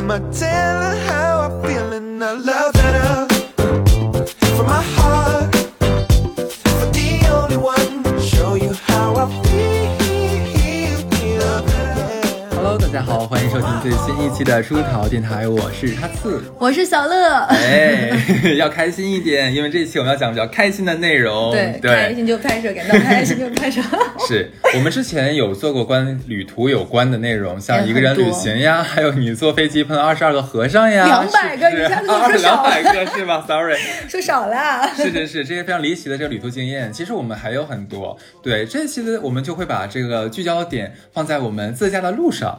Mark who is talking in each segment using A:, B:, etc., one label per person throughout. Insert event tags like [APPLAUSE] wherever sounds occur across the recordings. A: am I telling how I feel in a love letter from my heart? For the only one, show you how I feel. Yeah.
B: Hello，大家好，欢迎收听最新一期的出逃电台，我是哈刺。
C: 我是小乐，
B: 哎， [LAUGHS] 要开心一点，因为这一期我们要讲比较开心的内容。
C: 对，开心就拍摄，感到开心就拍 [LAUGHS] 摄。
B: 是我们之前有做过关旅途有关的内容，像
C: 哎
B: 一个人
C: 很多
B: 旅行呀，还有你坐飞机碰到二十二个和尚呀，
C: 200个
B: 是不是
C: 你
B: [LAUGHS]
C: 看那个
B: 啊，
C: 多
B: 两
C: 少
B: 百个是吧？Sorry，
C: 说少了，
B: [LAUGHS] 是是是，这些非常离奇的这个旅途经验，其实我们还有很多。对，这期的我们就会把这个聚焦点放在我们自驾的路上。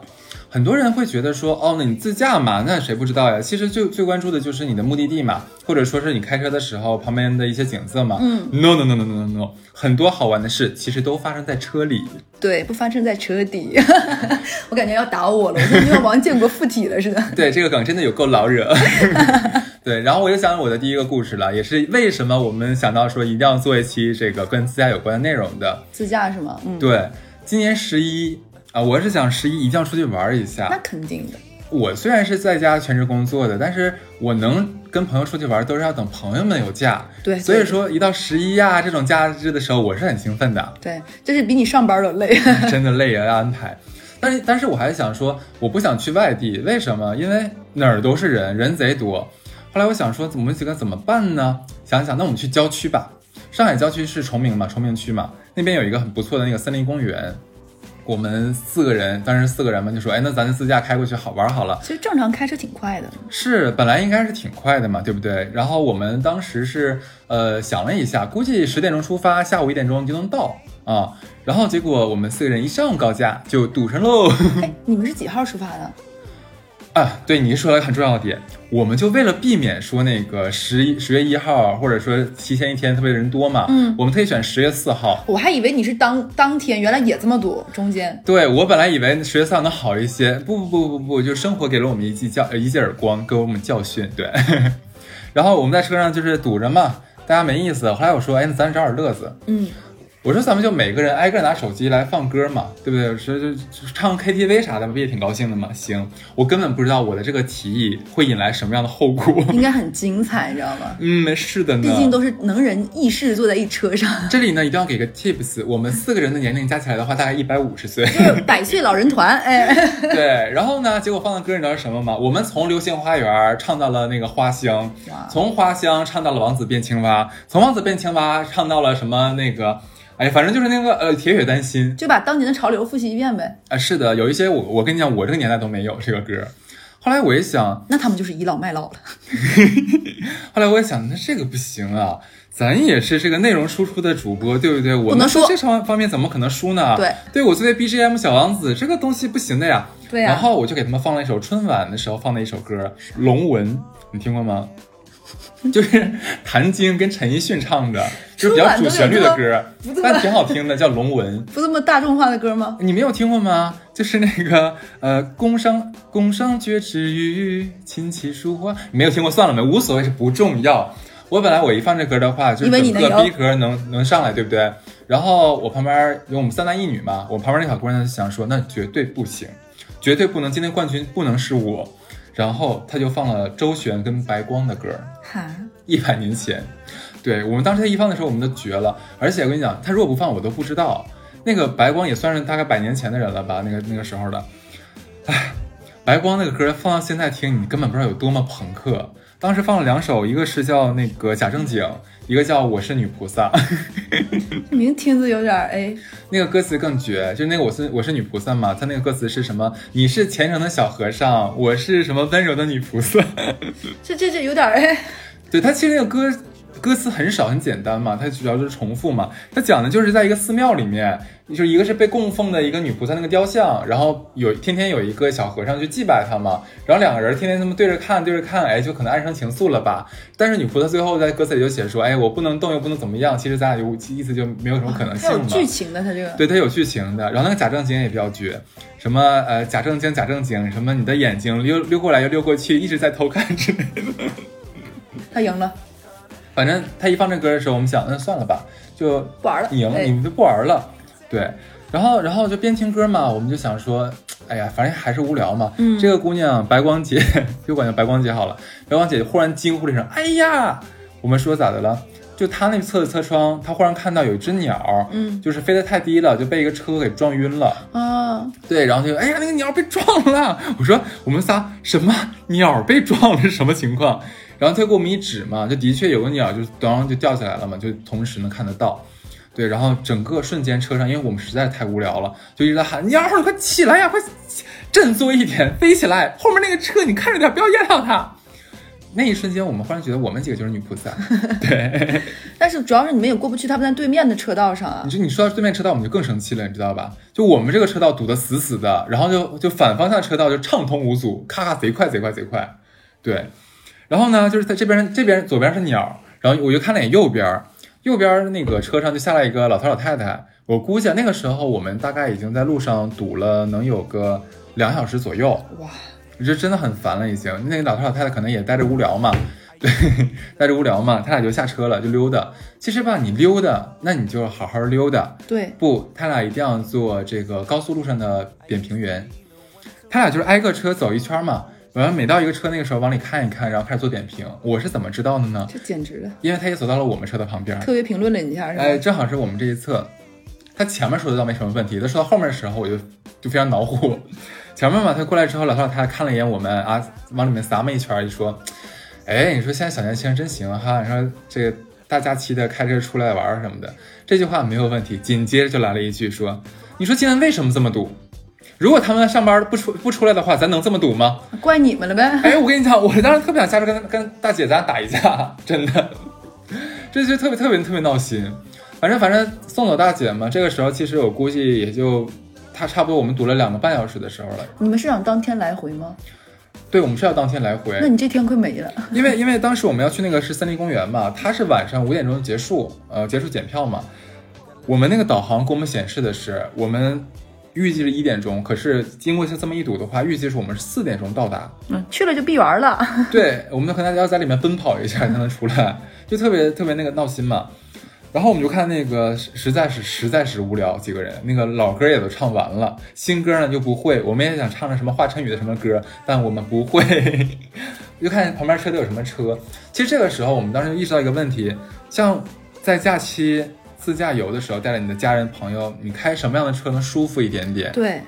B: 很多人会觉得说，哦，那你自驾嘛，那谁不知道呀？其实最最关注的就是你的目的地嘛，或者说是你开车的时候旁边的一些景色嘛。嗯，no no no no no no no，很多好玩的事其实都发生在车里。
C: 对，不发生在车底， [LAUGHS] 我感觉要打我了，我就像王建国附体了似的。
B: 对，这个梗真的有够老惹。 [LAUGHS] 对，然后我就想我的第一个故事了，也是为什么我们想到说一定要做一期这个跟自驾有关的内容的。
C: 自驾是吗？嗯，
B: 对，今年十一啊，我是想十一一定要出去玩一
C: 那
B: 下。
C: 肯定的。
B: 我虽然是在家全职工作的，但是我能跟朋友出去玩，都是要等朋友们有假。
C: 对
B: 所以
C: 对
B: 说一到十一啊呀这种假日的时候，我是很兴奋的，
C: 对，这是比你上班都 [LAUGHS] 累。
B: [LAUGHS] 真的累也要安排。但是但是我还想说，我不想去外地，为什么？因为哪儿都是人，人贼多。后来我想说，我们几个怎么办呢？想想，那我们去郊区吧。上海郊区是崇明嘛，崇明区嘛，那边有一个很不错的那个森林公园。我们四个人，当时四个人嘛，就说，哎，那咱就自驾开过去好玩好了。
C: 其实正常开车挺快的，
B: 是，本来应该是挺快的嘛，对不对？然后我们当时是呃想了一下，估计十点钟出发，下午一点钟就能到啊。然后结果我们四个人一上高架就堵上喽。 [LAUGHS]
C: 哎，你们是几号出发的？
B: 啊，对，你说了个很重要的点，我们就为了避免说那个十一十月一号，或者说提前一天特别人多嘛，
C: 嗯
B: 我们特意选十月四号。
C: 我还以为你是当当天，原来也这么多，中间
B: 对我本来以为十月四号能好一些，不不不不不，就生活给了我们一记教呃一记耳光，给我们教训。对， [LAUGHS] 然后我们在车上就是堵着嘛，大家没意思。后来我说，哎，那咱找点乐子。
C: 嗯，
B: 我说咱们就每个人挨个拿手机来放歌嘛，对不对？是就就唱 KTV 啥的，不也挺高兴的吗？行，我根本不知道我的这个提议会引来什么样的后果。 [LAUGHS]
C: 应该很精彩，你知道吗？
B: 嗯，是的呢。
C: 毕竟都是能人异士坐在一车 [LAUGHS] 上，
B: 这里呢，一定要给个 tips。我们四个人的年龄加起来的话，大概一百五十岁。
C: 就是百岁老人团，哎， [LAUGHS]
B: 对，然后呢，结果放的歌你知道是什么吗？我们从《流星花园》唱到了那个《花香
C: 哇》，
B: 从《花香》唱到了《王子变青蛙》，从《王子变青蛙》唱到了什么那个，哎，反正就是那个呃《铁血丹心》。
C: 就把当年的潮流复习一遍呗。
B: 啊，是的，有一些我我跟你讲，我这个年代都没有这个歌。后来我一想，
C: 那他们就是倚老卖老了。 [LAUGHS]
B: 后来我也想，那这个不行啊，咱也是这个内容输出的主播，对不对？我
C: 能
B: 们
C: 输
B: 这方方面怎么可能输呢？
C: 对，
B: 对我作为 BGM 小王子，这个东西不行的呀。
C: 对呀
B: 然后我就给他们放了一首春晚的时候放的一首歌《龙纹》，你听过吗？ [LAUGHS] 就是谭晶跟陈奕迅唱的，就是比较主旋律的歌
C: 春晚都有这个不，对吧
B: 但挺好听的，叫《龙纹》。
C: 不这么大众化的歌吗？
B: 你没有听过吗？就是那个呃，宫商宫商角徵羽，琴棋书画。你没有听过算了没，无所谓，是不重要。我本来我一放这歌的话，就是
C: 以为你
B: 整
C: 能
B: 个
C: 有
B: 逼格能能上来，对不对？然后我旁边有我们三男一女嘛，我旁边那小姑娘就想说，那绝对不行，绝对不能，今天冠军不能是我。然后她就放了周璇跟白光的歌，
C: 哈，
B: 一百年前，对我们当时他一放的时候，我们都绝了。而且我跟你讲，他如果不放，我都不知道。那个白光也算是大概百年前的人了吧，那个那个时候的。唉，白光那个歌放到现在听，你根本不知道有多么朋克。当时放了两首，一个是叫那个假正经，一个叫我是女菩萨。 [LAUGHS]
C: 这名字听着有点儿哎，
B: 那个歌词更绝，就是那个我是我是女菩萨嘛，他那个歌词是什么？你是虔诚的小和尚，我是什么温柔的女菩萨。
C: 这这这有点儿哎，
B: 对他其实那个歌歌词很少，很简单嘛，它主要就是重复嘛。它讲的就是在一个寺庙里面，就是一个是被供奉的一个女菩萨那个雕像，然后有天天有一个小和尚去祭拜她嘛，然后两个人天天这么对着看对着看，哎，就可能爱上情愫了吧。但是女菩萨最后在歌词里就写说，哎，我不能动又不能怎么样，其实咱俩就意思就没有什么可
C: [LAUGHS]
B: 能性
C: 它有
B: 嘛。
C: 剧情的，它这个。
B: 对，它有剧情的。然后那个假正经也比较绝，什么呃假正经假正经，什么你的眼睛溜溜过来又溜过去，一直在偷看之类的。
C: 他赢了，
B: 反正他一放这歌的时候，我们想，那算了吧，就
C: 不玩了
B: 你赢了，
C: 哎
B: 你们就不玩了，对。然后，然后就边听歌嘛，我们就想说，哎呀，反正还是无聊嘛。嗯、这个姑娘白光姐，就管叫白光姐好了。白光姐忽然惊呼了一声：“哎呀！”我们说咋的了？就她那侧的车窗，她忽然看到有一只鸟，
C: 嗯
B: 就是飞得太低了，就被一个车给撞晕了。
C: 啊，
B: 对，然后就哎呀，那个鸟被撞了。我说我们仨什么鸟被撞了是什么情况？然后他给我们一指嘛，就的确有个鸟就当就掉下来了嘛，就同时能看得到。对，然后整个瞬间车上，因为我们实在太无聊了，就一直在喊鸟儿，快起来呀，快振作一点，飞起来！后面那个车你看着点，不要压到它。那一瞬间，我们忽然觉得我们几个就是女菩萨。对，
C: 但是主要是你们也过不去他们在对面的车道上啊
B: 你。就你说到对面车道，我们就更生气了，你知道吧？就我们这个车道堵得死死的，然后就就反方向车道就畅通无阻，咔咔贼快贼快贼快，对。然后呢，就是在这边这边左边是鸟，然后我就看了眼右边，右边那个车上就下来一个老头老太太，我估计啊那个时候我们大概已经在路上堵了能有个两小时左右，
C: 哇，
B: 我觉得真的很烦了，已经。那个老头老太太可能也待着无聊嘛，对， [LAUGHS] 待着无聊嘛，他俩就下车了，就溜达。其实吧，你溜达，那你就好好溜达。
C: 对，
B: 不，他俩一定要坐这个高速路上的扁平原。他俩就是挨个车走一圈嘛，完了每到一个车那个时候往里看一看，然后开始做点评。我是怎么知道的呢？
C: 这简直了，
B: 因为他也走到了我们车的旁边，
C: 特别评论了你一下是吧？
B: 哎，正好是我们这一侧，他前面说的倒没什么问题，他说到后面的时候，我就就非常恼火。前面嘛，他过来之后，老头老太太看了一眼我们啊，往里面撒么一圈儿，就说：“哎，你说现在小年轻人真行啊哈！你说这个大假期的开车出来玩儿什么的，这句话没有问题。”紧接着就来了一句说：“你说今天为什么这么堵？如果他们上班不出不出来的话，咱能这么堵吗？”
C: 怪你们了呗。
B: [LAUGHS]
C: [LAUGHS]
B: 哎，我跟你讲，我当时特别想下车跟跟大姐咱俩打一架， [LAUGHS] 真的，这就特别特别特别闹心。反正反正送走大姐嘛，这个时候其实我估计也就她差不多我们堵了两个半小时的时候了。
C: 你们是想当天来回吗？
B: 对，我们是要当天来
C: 那
B: 回，
C: 你这天快没了。
B: 因为因为当时我们要去那个是森林公园嘛，它是晚上五点钟结束，呃，结束检票嘛。我们那个导航给我们显示的是我们。预计是一点钟，可是经过这么一堵的话，预计是我们是四点钟到达。
C: 嗯，去了就闭园了。
B: [LAUGHS] 对，我们和大家要在里面奔跑一下才能出来，就特别特别那个闹心嘛。然后我们就看那个实实在是实在是无聊，几个人那个老歌也都唱完了，新歌呢就不会。我们也想唱着什么华晨宇的什么歌，但我们不会。 [LAUGHS] 就看旁边车队有什么车。 [LAUGHS] 其实这个时候，我们当时就意识到一个问题：像在假期自驾游的时候，带着你的家人朋友，你开什么样的车能舒服一点点？
C: 对，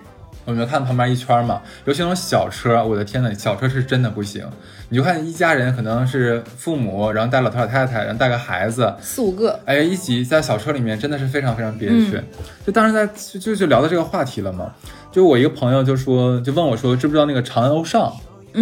B: 我们就看旁边一圈嘛，尤其那种小车，我的天呐，小车是真的不行。你就看一家人，可能是父母，然后带老头老太太，然后带个孩子，
C: 四五个。
B: 哎，一起在小车里面真的是非常非常憋屈。
C: 嗯
B: 就当时在就就就聊到这个话题了嘛，就我一个朋友就说，就问我说，知不知道那个长安欧尚？我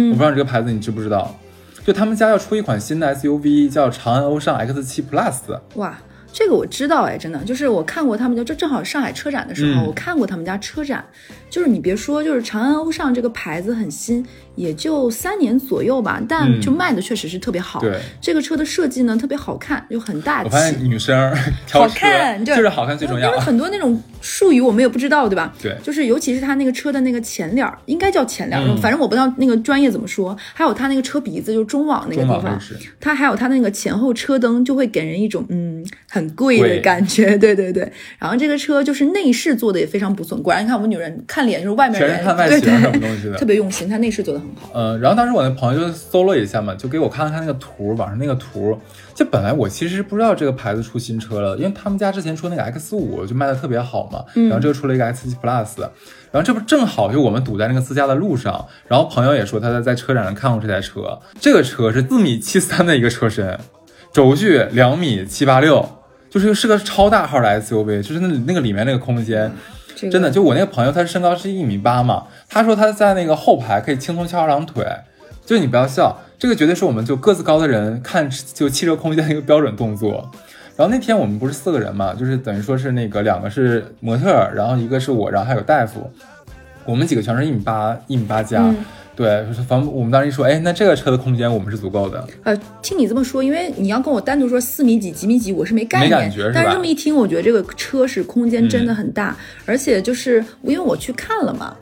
B: 不
C: 嗯
B: 知道这个牌子你知不知道？就他们家要出一款新的 SUV，叫长安欧尚 X7 Plus。
C: 哇，这个我知道哎，真的，就是我看过他们家，就正好上海车展的时候，
B: 嗯
C: 我看过他们家车展。就是你别说，就是长安欧尚这个牌子很新，也就三年左右吧，但
B: 嗯
C: 就卖的确实是特别好。
B: 对，
C: 这个车的设计呢特别好看，又很大
B: 我
C: 气。
B: 发现女生儿 [LAUGHS] 挑
C: 好
B: 车
C: 看
B: 就
C: 就是
B: 好看最重要
C: 因为。很多那种术语我们也不知道，对吧？
B: 对
C: 就是尤其是它那个车的那个前脸儿，应该叫前脸儿，
B: 嗯
C: 反正我不知道那个专业怎么说。还有它那个车鼻子，就中网那个
B: 中
C: 地
B: 网
C: 方
B: 位，置，
C: 它还有它那个前后车灯，就会给人一种嗯很贵
B: 贵
C: 的感觉。 [LAUGHS] 对对对。然后这个车就是内饰做的也非常不错，果然你看我们女人看脸就是外面
B: 全
C: 人
B: 是看外形啊
C: 对
B: 什么
C: 对
B: 东西的
C: [LAUGHS] 特。别用心，它内饰做的很好。
B: 呃，然后当时我那朋友就搜了一下嘛，就给我看了看那个图，网上那个图。就本来我其实不知道这个牌子出新车了，因为他们家之前出那个 X 五就卖的特别好嘛，然后这个出了一个 X 七 Plus，然后这不正好就我们堵在那个自驾的路上，然后朋友也说他在在车展上看过这台车，这个车是四米七三的一个车身，轴距两米七八六，就是是个超大号的 SUV，就是那那个里面那个空间。
C: 这个
B: 真的，就我那个朋友，他身高是一米八嘛，他说他在那个后排可以轻松翘二郎腿，就你不要笑，这个绝对是我们就个子高的人看就汽车空间的一个标准动作。然后那天我们不是四个人嘛，就是等于说是那个两个是模特儿，然后一个是我，然后还有大夫，我们几个全是一米八一米八加，
C: 嗯
B: 对，就是反正我们当时一说，哎，那这个车的空间我们是足够的，
C: 呃，听你这么说，因为你要跟我单独说四米几、几米几，我是没概
B: 没
C: 念。
B: 感觉是
C: 但是
B: 吧嗯
C: 这么一听，我觉得这个车是空间真的很大，而且就是因为我去看了嘛，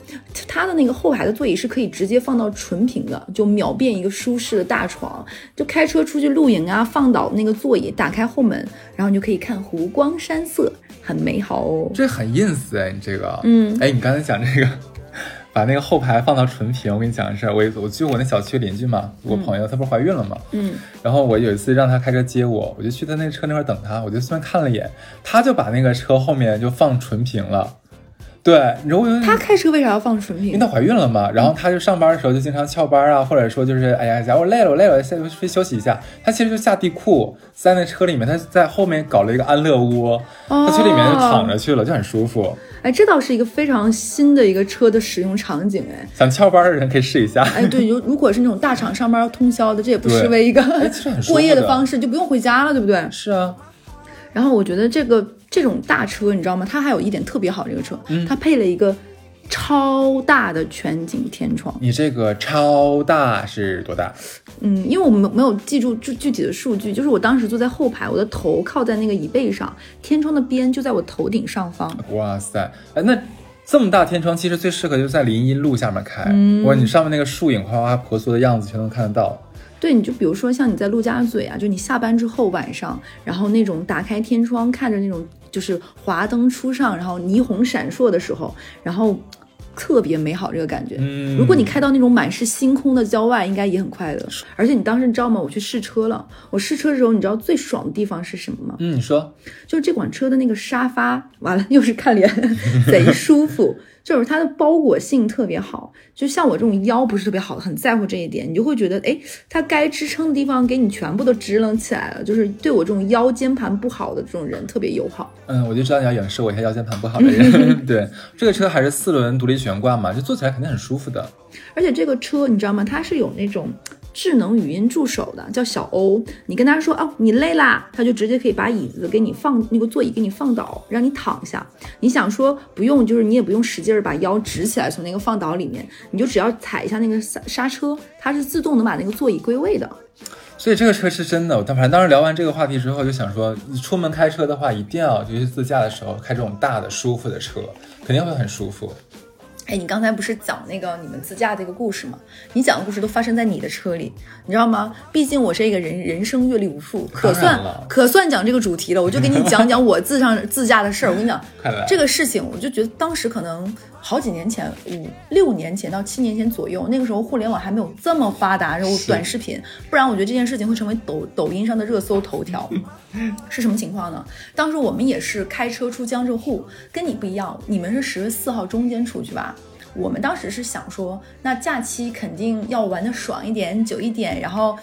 C: 它的那个后排的座椅是可以直接放到纯平的，就秒变一个舒适的大床。就开车出去露营啊，放倒那个座椅，打开后门，然后你就可以看湖光山色，很美好哦。
B: 这很 ins 哎，你这个，
C: 嗯
B: 哎，你刚才讲这个，把那个后排放到纯平。我跟你讲个事儿，我我去我那小区邻居嘛，我朋友她不是怀孕了嘛，
C: 嗯，
B: 然后我有一次让她开车接我，我就去她那车那块儿等她，我就算看了一眼，她就把那个车后面就放纯平了。对，你知道我有点
C: 他开车为啥要放纯
B: 因为
C: 平？
B: 她怀孕了嘛，然后她就上班的时候就经常翘班啊，或者说就是哎呀，假如我累了，我累了，我下去休息一下。她其实就下地库，在那车里面，她在后面搞了一个安乐窝，她去里面就躺着去了，就很舒服。
C: 哎，这倒是一个非常新的一个车的使用场景哎。
B: 想翘班的人可以试一下。
C: 哎，对，如如果是那种大厂上班要通宵的，这也不失
B: 对
C: 为一个
B: 其实
C: [LAUGHS]
B: 很舒服
C: 过夜的
B: 的
C: 方式，就不用回家了，对不对？
B: 是啊，
C: 然后我觉得这个这种大车，你知道吗？它还有一点特别好，这个车、它配了一个超大的全景天窗。
B: 你这个超大是多大？
C: 嗯，因为我没没有记住具具体的数据，就是我当时坐在后排，我的头靠在那个椅背上，天窗的边就在我头顶上方。
B: 哇塞，哎，那这么大天窗，其实最适合就是在林荫路下面开。
C: 嗯
B: 哇，你上面那个树影哗哗婆娑的样子，全都能看得到。
C: 对，你就比如说像你在陆家嘴啊，就你下班之后晚上，然后那种打开天窗看着那种就是华灯初上，然后霓虹闪烁的时候，然后特别美好这个感觉。
B: 嗯
C: 如果你开到那种满是星空的郊外，应该也很快乐。而且你当时你知道吗？我去试车了，我试车的时候，你知道最爽的地方是什么吗？
B: 嗯，你说
C: 就是这款车的那个沙发，完了又是看脸，贼舒服。就是它的包裹性特别好，就像我这种腰不是特别好的，很在乎这一点，你就会觉得，哎，它该支撑的地方给你全部都支棱起来了，就是对我这种腰间盘不好的这种人特别友好。
B: 嗯，我就知道你要掩饰我一下腰间盘不好的
C: [LAUGHS]
B: 人。对，这个车还是四轮独立悬挂嘛，就坐起来肯定很舒服的。
C: 而且这个车你知道吗？它是有那种智能语音助手的，叫小欧。你跟他说哦，你累啦，他就直接可以把椅子给你放，那个座椅给你放倒，让你躺下。你想说不用，就是你也不用使劲儿把腰直起来，从那个放倒里面，你就只要踩一下那个刹刹车，它是自动能把那个座椅归位的。
B: 所以这个车是真的。我但反正当时聊完这个话题之后，就想说，你出门开车的话，一定要就是自驾的时候开这种大的舒服的车，肯定会很舒服。
C: 哎，你刚才不是讲那个你们自驾的一个故事吗？你讲的故事都发生在你的车里，你知道吗？毕竟我是一个人人生阅历无数，可
B: 当然
C: 算
B: 了
C: 可算讲这个主题了。我就给你讲讲我
B: [LAUGHS]
C: 自上自驾的事儿。我跟你讲
B: 快来，
C: 这个事情，我就觉得当时可能好几年前，五六年前到七年前左右，那个时候互联网还没有这么发达，然后
B: 是
C: 哦短视频，不然我觉得这件事情会成为抖抖音上的热搜头条。
B: 嗯
C: [LAUGHS] 是什么情况呢？当时我们也是开车出江浙沪，跟你不一样，你们是十月四号中间出去吧？我们当时是想说，那假期肯定要玩的爽一点、久一点，然后，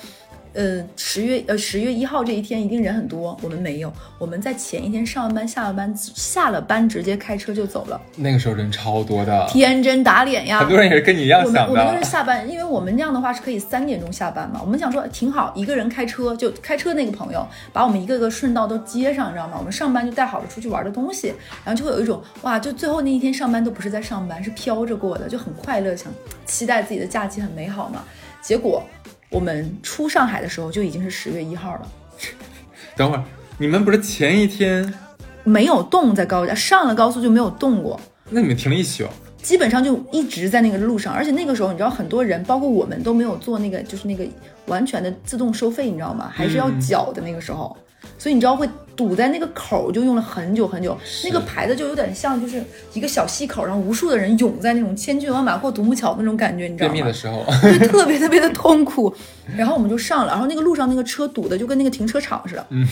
C: 呃，十月呃十月一号这一天一定人很多，我们没有，我们在前一天上完班、下完班、下了班直接开车就走了，
B: 那个时候人超多的，
C: 天真打脸呀！
B: 很多人也是啊跟你一样
C: 我们
B: 想
C: 啊我
B: 的。啊
C: 们都是下班，因为我们那样的话是可以三点钟下班嘛。我们想说挺好，一个人开车就开车那个朋友把我们一个个顺道都接上，你知道吗？我们上班就带好了出去玩的东西，然后就会有一种哇，就最后那一天上班都不是在上班，是飘着过的，就很快乐，想期待自己的假期很美好嘛。结果我们出上海的时候就已经是十月一号了。
B: 等会儿，你们不是前一天，
C: 没有动在高架，上了高速就没有动过，
B: 那你们停了一宿，
C: 基本上就一直在那个路上，而且那个时候你知道很多人，包括我们都没有做那个就是那个完全的自动收费，你知道吗？还是要缴的那个时候，所以你知道会堵在那个口儿，就用了很久很久。那个牌子就有点像就是一个小溪口，然后无数的人涌在那种千军万马过独木桥那种感觉，你知
B: 便
C: 道
B: 秘
C: 吗
B: 的？时候，
C: 对，特别特别的痛苦。然后我们就上了，然后那个路上那个车堵的就跟那个停车场似的。嗯。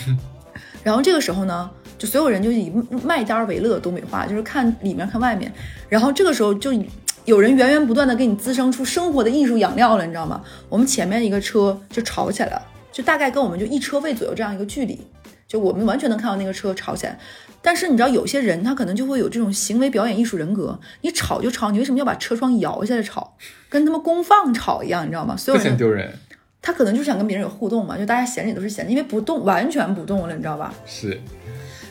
C: 然后这个时候呢，就所有人就以卖单儿为乐，东北话就是看里面看外面。然后这个时候就有人源源不断的给你滋生出生活的艺术养料了，你知道吗？我们前面一个车就吵起来了，就大概跟我们就一车位左右这样一个距离，就我们完全能看到那个车吵起来。但是你知道，有些人他可能就会有这种行为表演艺术人格，你吵就吵，你为什么要把车窗摇下来吵，跟他妈公放吵一样，你知道吗？所
B: 不
C: 有人
B: 嫌丢人。
C: 他可能就是想跟别人有互动嘛，就大家闲着也都是闲着，因为不动，完全不动了，你知道吧？
B: 是，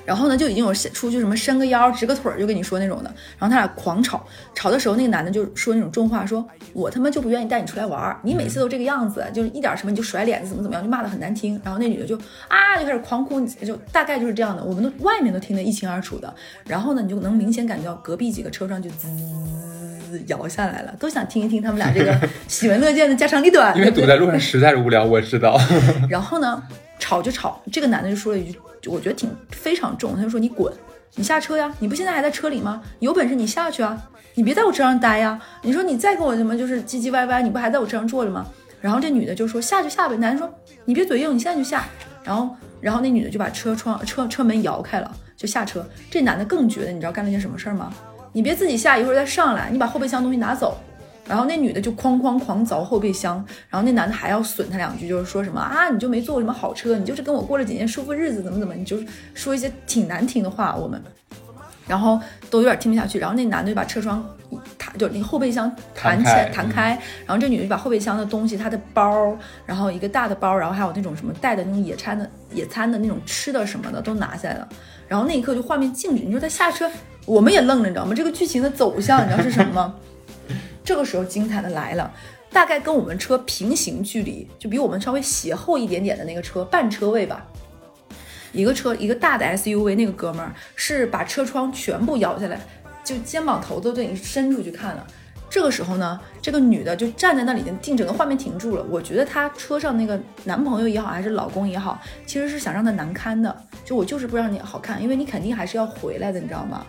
C: 然后呢，就已经有伸出去什么伸个腰、直个腿儿，就跟你说那种的。然后他俩狂吵，吵的时候，那个男的就说那种重话，说我他妈就不愿意带你出来玩儿，你每次都这个样子，就是一点什么你就甩脸子，怎么怎么样，就骂的很难听。然后那女的就啊，就开始狂哭，就大概就是这样的，我们都外面都听得一清二楚的。然后呢，你就能明显感觉到隔壁几个车窗就滋摇下来了，都想听一听他们俩这个喜闻乐见的家长里
B: [LAUGHS]
C: 短，
B: 因为
C: 对不
B: 堵
C: 对
B: 在路上实在是无聊，我知道。 [LAUGHS]
C: 然后呢，吵就吵，这个男的就说了一句，我觉得挺非常重，他就说你滚，你下车呀，你不现在还在车里吗？有本事你下去啊！你别在我车上待呀！你说你再跟我什么就是唧唧歪歪，你不还在我车上坐着吗？”然后这女的就说：“下就下呗。”男的说：“你别嘴硬，你现在就下。”然后，然后那女的就把车窗、车车门摇开了，就下车。这男的更绝的，你知道干了件什么事儿吗？你别自己下，一会儿再上来，你把后备箱东西拿走。然后那女的就哐哐狂凿后备箱，然后那男的还要损她两句，就是说什么啊，你就没坐过什么好车，你就是跟我过了几年舒服日子，怎么怎么，你就是说一些挺难听的话，我们，然后都有点听不下去。然后那男的就把车窗一弹，就那个后备箱弹起来，
B: 弹
C: 弹
B: 开
C: 开，然后这女的就把后备箱的东西，她的包，然后一个大的包，然后还有那种什么带的那种野餐的野餐的那种吃的什么的都拿下来了。然后那一刻就画面静止，你说她下车，我们也愣了，你知道吗？这个剧情的走向你知道是什么吗？这个时候精彩的来了，大概跟我们车平行距离，就比我们稍微斜后一点点的那个车，半车位吧。一个车，一个大的 SUV，那个哥们儿是把车窗全部摇下来，就肩膀头都都已经伸出去看了。这个时候呢，这个女的就站在那里，定整个画面停住了。我觉得她车上那个男朋友也好，还是老公也好，其实是想让她难堪的。就我就是不让你好看，因为你肯定还是要回来的，你知道吗？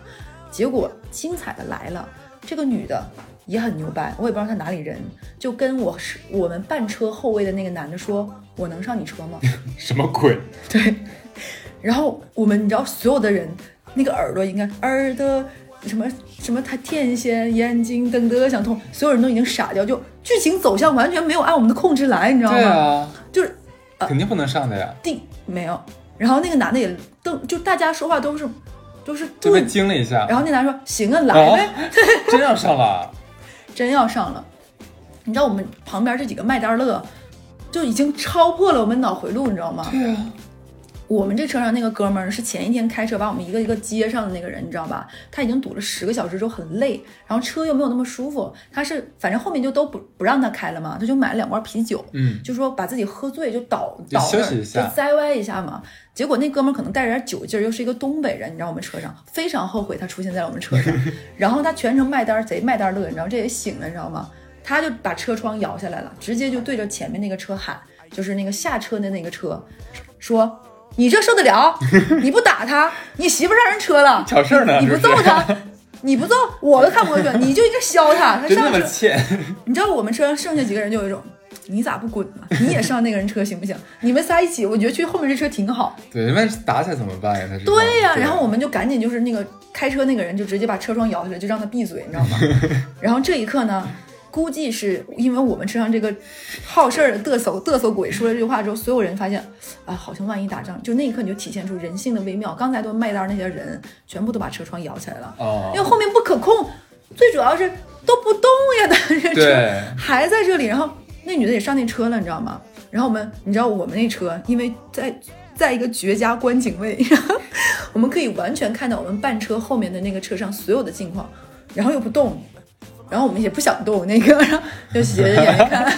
C: 结果精彩的来了，这个女的也很牛掰，我也不知道她哪里人，就跟我是我们半车后位的那个男的说：“我能上你车吗？” [LAUGHS]
B: 什么鬼？
C: 对，然后我们你知道，所有的人那个耳朵应该耳朵什么什么，他天仙眼睛瞪得想通，所有人都已经傻掉，就剧情走向完全没有按我们的控制来，你知道吗？呃
B: 对啊，
C: 就是
B: 肯定不能上的呀，
C: 定没有。然后那个男的也瞪，就大家说话都是都是
B: 就被
C: 顿。
B: 惊了一下，
C: 然后那男的说：“行啊，来呗。
B: 啊，真要上了，
C: 真要上了，你知道我们旁边这几个麦当乐就已经超破了我们脑回路，你知道吗？
B: 对啊，
C: 我们这车上那个哥们儿是前一天开车把我们一个一个接上的那个人，你知道吧？他已经堵了十个小时之后很累，然后车又没有那么舒服，他是反正后面就都不不让他开了嘛，他就买了两罐啤酒，
B: 嗯，
C: 就说把自己喝醉就倒
B: 就
C: 倒
B: 休
C: 那儿
B: 息一下
C: 就栽歪一下嘛。结果那哥们儿可能带着点酒劲儿，又是一个东北人，你知道我们车上非常后悔他出现在我们车上，然后他全程卖单儿贼卖单儿乐，你知道这也醒了，你知道吗？他就把车窗摇下来了，直接就对着前面那个车喊，就是那个下车的那个车，说。你这受
B: [LAUGHS]
C: 得了？你不打他，你媳妇儿上人车了，
B: 挑事儿呢
C: 你你不
B: 是不
C: 揍
B: 是 [LAUGHS]
C: 他，你不揍我都看不过去，你就应该削他。他
B: 真
C: 上
B: 那么
C: 车，
B: 欠， [LAUGHS]
C: 你知道我们车上剩下几个人就有一种，你咋不滚呢、你也上那个人车行不行？你们仨一起，我觉得去后面这车挺好。
B: 对，万一打起来怎么办呀？他是
C: 对呀、然后我们就赶紧就是那个开车那个人就直接把车窗摇下来，就让他闭嘴，你知道
B: [LAUGHS]
C: 吗？然后这一刻呢，估计是因为我们车上这个好事儿的嘚瑟嘚瑟鬼说了这句话之后，所有人发现啊，好像万一打仗，就那一刻你就体现出人性的微妙。刚才都卖单那些人全部都把车窗摇起来了，
B: 哦
C: 因为，后面不可控，最主要是都不动呀，但是车
B: 对
C: 还在这里。然后那女的也上那车了，你知道吗？然后我们，你知道我们那车，因为在在一个绝佳观景位， [LAUGHS] 然后我们可以完全看到我们半车后面的那个车上所有的近况，然后又不动。然后我们也不想动那个，然后就斜着眼睛看，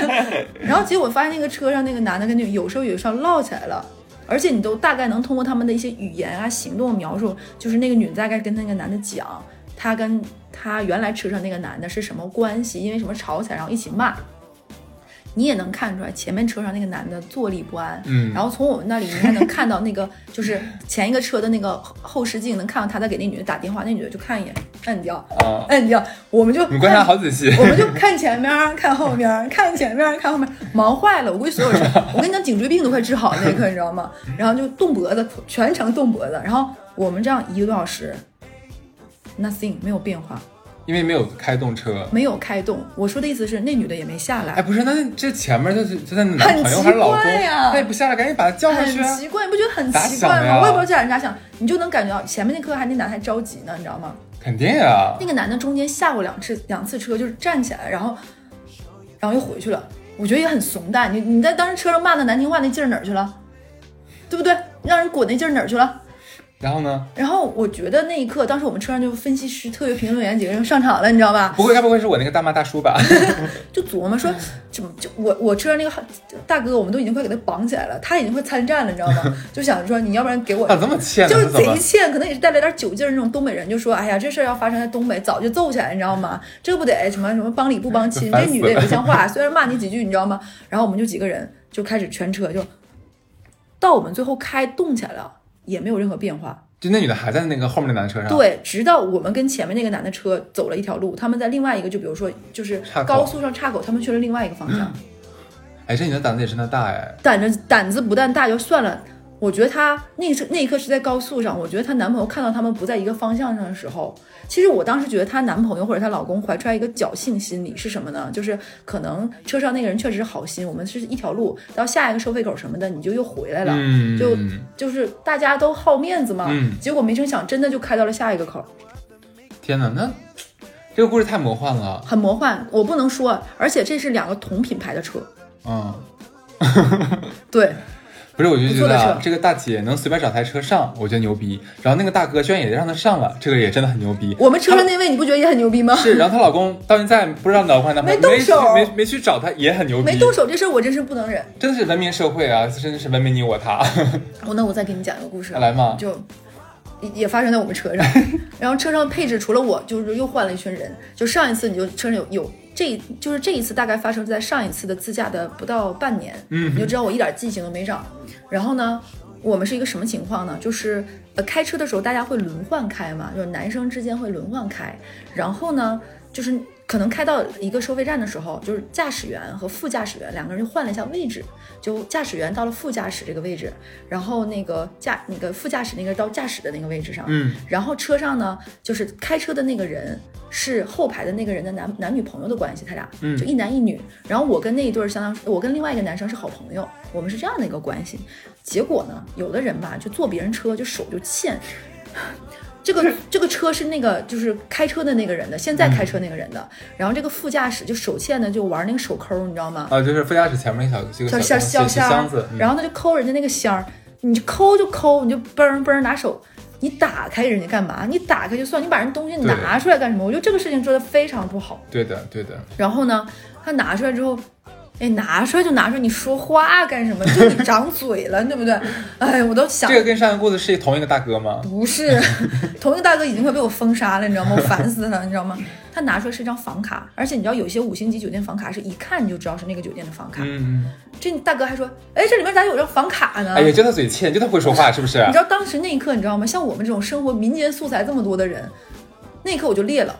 C: 然后结果发现那个车上那个男的跟那个有时候有时候唠起来了，而且你都大概能通过他们的一些语言啊、行动描述，就是那个女的大概跟那个男的讲，她跟她原来车上那个男的是什么关系，因为什么吵起来，然后一起骂。你也能看出来，前面车上那个男的坐立不安，
B: 嗯
C: 然后从我们那里你还能看到那个，就是前一个车的那个后后视镜，能看到他在给那女的打电话，那女的就看一眼，摁掉，
B: 啊，
C: 摁掉，我们就
B: 你观察好仔 [LAUGHS] 细，
C: 我们就看前面儿，看后面儿，看前面儿，看后面儿，忙坏了。我估计
B: [LAUGHS]
C: 所有人，我跟你讲，颈椎病都快治好了那一刻，你知道吗？然后就动脖子，全程动脖子。然后我们这样一个多小时，nothing 没有变化，
B: 因为没有开动车。
C: 没有开动。我说的意思是，那女的也没下
B: 哎，
C: 来，
B: 不是，那这前面就是就在男朋友还是老公，
C: 很奇怪呀
B: 他也不下来，赶紧把他叫上
C: 很
B: 去啊。
C: 奇怪，你不觉得很
B: 咋
C: 奇怪
B: 想的呀
C: 吗？我也不知道这俩人咋想，你就能感觉到前面那刻还那男还着急呢，你知道吗？
B: 肯定呀、
C: 那个男的中间下过两次两次车，就是站起来，然后然后又回去了。我觉得也很怂蛋，你你在当时车上骂的难听话那劲儿哪儿去了？对不对？让人滚那劲儿哪儿去了？
B: 然后呢？
C: 然后我觉得那一刻，当时我们车上就分析师、特约评论员几个人上场了，你知道吧？
B: 不会该不会是我那个大妈大叔吧？ [LAUGHS]
C: 就琢磨说，怎么就我我车上那个大哥，我们都已经快给他绑起来了，他已经快参战了，你知道吗？就想着说，你要不然给我
B: 咋这么欠呢？
C: 就是
B: 他怎么
C: 贼？欠，可能也是带来点酒劲儿那种东北人，就说：“哎呀，这事儿要发生在东北，早就揍起来，你知道吗？这不得什么什么帮理
B: [LAUGHS]
C: 不帮亲，
B: 烦
C: 这
B: 死
C: 女的也
B: 了
C: 不像话，虽然骂你几句，你知道吗？”然后我们就几个人就开始全车就，到我们最后开动起来了，也没有任何变化。
B: 就那女的还在那个后面那男的车上，，
C: 对，直到我们跟前面那个男的车走了一条路，他们在另外一个，就比如说就是
B: 岔口
C: 高速上岔口，他们去了另外一个方
B: [CLEARS THROAT]
C: 向。
B: 哎，这女的胆子也真的大哎，
C: 胆子胆子不但大就算了，我觉得她那个那一刻是在高速上，我觉得她男朋友看到他们不在一个方向上的时候，其实我当时觉得她男朋友或者她老公怀揣一个侥幸心理是什么呢？就是可能车上那个人确实是好心，我们是一条路，到下一个收费口什么的，你就又回来了，
B: 嗯
C: 啊就就是大家都好面子嘛。
B: 嗯
C: 结果没成想真的就开到了下一个口，
B: 天哪，那这个故事太魔幻了，
C: 很魔幻，我不能说，而且这是两个同品牌的车，
B: 嗯，
C: 对。
B: 不是，我就觉
C: 不错
B: 得
C: 的
B: 啊
C: 车
B: 这个大姐能随便找台车上，我觉得牛逼，然后那个大哥居然也让她上了，这个也真的很牛逼，
C: 我们车上那位你不觉得也很牛逼吗？
B: 是，然后她老公到现在不知道老公还是男朋友，
C: 没动
B: 没去
C: 手
B: 没没去找她也很牛逼，
C: 没动手这事儿我真是不能忍。
B: 真的是文明社会啊，真的是文明你我他。 [LAUGHS]
C: 我哦那我再给你讲一个故事，
B: 来嘛
C: 就也也发生在我们车上，然后车上配置除了我，就是又换了一群人。就上一次你就车上有有这，就是这一次大概发生在上一次的自驾的不到半年，嗯，你就知道我一点记性都没长。然后呢，我们是一个什么情况呢？就是呃开车的时候大家会轮换开嘛，就是男生之间会轮换开，然后呢就是。可能开到一个收费站的时候，就是驾驶员和副驾驶员两个人就换了一下位置，就驾驶员到了副驾驶这个位置，然后那个驾那个副驾驶那个到驾驶的那个位置上，
B: 嗯，
C: 然后车上呢，就是开车的那个人是后排的那个人的男男女朋友的关系，他俩，嗯就一男一女。然后我跟那一对儿相当，我跟另外一个男生是好朋友，我们是这样的一个关系。结果呢，有的人吧，就坐别人车就手就欠。这个这个车是那个就是开车的那个人的，现在开车那个人的，然后这个副驾驶就手欠的就玩那个手抠，你知道吗？
B: 啊，就是副驾驶前面那小这个小小
C: 小小小
B: 小
C: 箱
B: 箱子，嗯
C: 然后他就抠人家那个箱儿，你就抠就抠，你就嘣嘣拿手，你打开人家干嘛？你打开就算，你把人东西拿出来干什么？我觉得这个事情做的非常不好。
B: 对的对的，
C: 然后呢，他拿出来之后。哎，拿出来就拿出来，你说话干什么？
B: [LAUGHS]
C: 就你长嘴了，对不对？哎，我都想
B: 这个跟上一个故事是同一个大哥吗？
C: 不是， [LAUGHS] 同一个大哥已经快被我封杀了，你知道吗？我烦死他了，你知道吗？他拿出来是一张房卡，而且你知道有些五星级酒店房卡是一看你就知道是那个酒店的房卡。
B: 嗯，嗯
C: 这大哥还说，哎，这里面咋有张房卡呢？
B: 哎呀，就他嘴欠，就他会说话，是不是
C: 你？知道当时那一刻，你知道吗？像我们这种生活民间素材这么多的人，那一刻我就裂了。